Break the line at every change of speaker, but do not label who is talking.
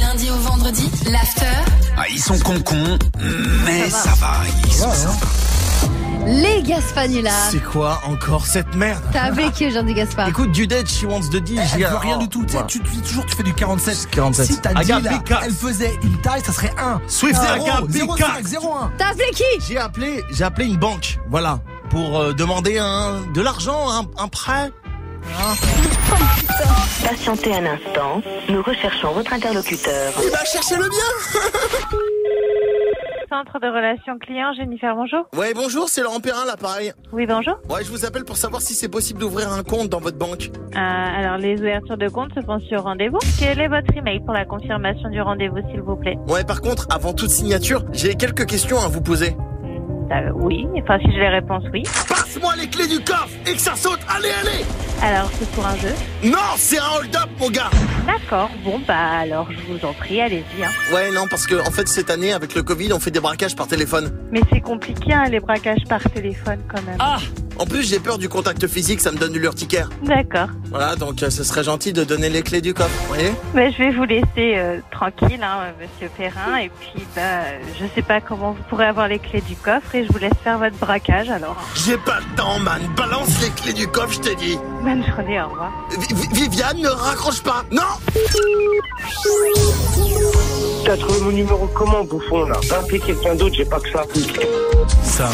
lundi au vendredi, l'after.
Ah, ils sont concons, mais ça va. ils sont sympas.
Les Gaspan est là.
C'est quoi encore cette merde
T'as avec qui aujourd'hui, Gaspard
Écoute, du dead, she wants the deal.
Elle
j'ai-
veut rien
oh,
du tout. Tu sais,
voilà.
Tu, tu- toujours, tu fais du 47.
47.
Si ta
Aga
deal,
Bicas.
elle faisait une taille, ça serait 1.
Swift, Aga
0,
Bicas.
05, 01.
T'as appelé qui
J'ai appelé, j'ai appelé une banque, voilà, pour euh, demander un, de l'argent, un, un prêt.
Patientez un instant, nous recherchons votre interlocuteur.
Il va chercher Eh ben, le bien.
Centre de relations clients, Jennifer, bonjour.
Ouais, bonjour, c'est Laurent Perrin, l'appareil.
Oui, bonjour.
Ouais, je vous appelle pour savoir si c'est possible d'ouvrir un compte dans votre banque.
Euh, alors, les ouvertures de compte se font sur rendez-vous. Quel est votre email pour la confirmation du rendez-vous, s'il vous plaît
Ouais, par contre, avant toute signature, j'ai quelques questions à vous poser.
Hmm, euh, Oui, enfin, si j'ai les réponses, oui.
Passe-moi les clés du coffre et que ça saute. Allez, allez.
Alors, c'est pour un jeu
Non, c'est un hold-up, mon gars.
D'accord, bon, bah alors, je vous en prie, allez-y. hein.
Ouais, non, parce que en fait, cette année, avec le Covid, on fait des braquages par téléphone.
Mais c'est compliqué, hein, les braquages par téléphone, quand même.
En plus, j'ai peur du contact physique, ça me donne de l'urticaire.
D'accord.
Voilà, donc euh, ce serait gentil de donner les clés du coffre, vous voyez
Bah, je vais vous laisser euh, tranquille, hein, euh, monsieur Perrin. Et puis, bah, euh, je sais pas comment vous pourrez avoir les clés du coffre et je vous laisse faire votre braquage, alors.
J'ai pas le temps, man. Balance les clés du coffre, je t'ai dit.
Bonne journée, au revoir.
Vi- Vi- Viviane, ne raccroche pas. Non
T'as trouvé mon numéro comment, bouffon, là Va appeler quelqu'un d'autre, j'ai pas que ça.
Ça.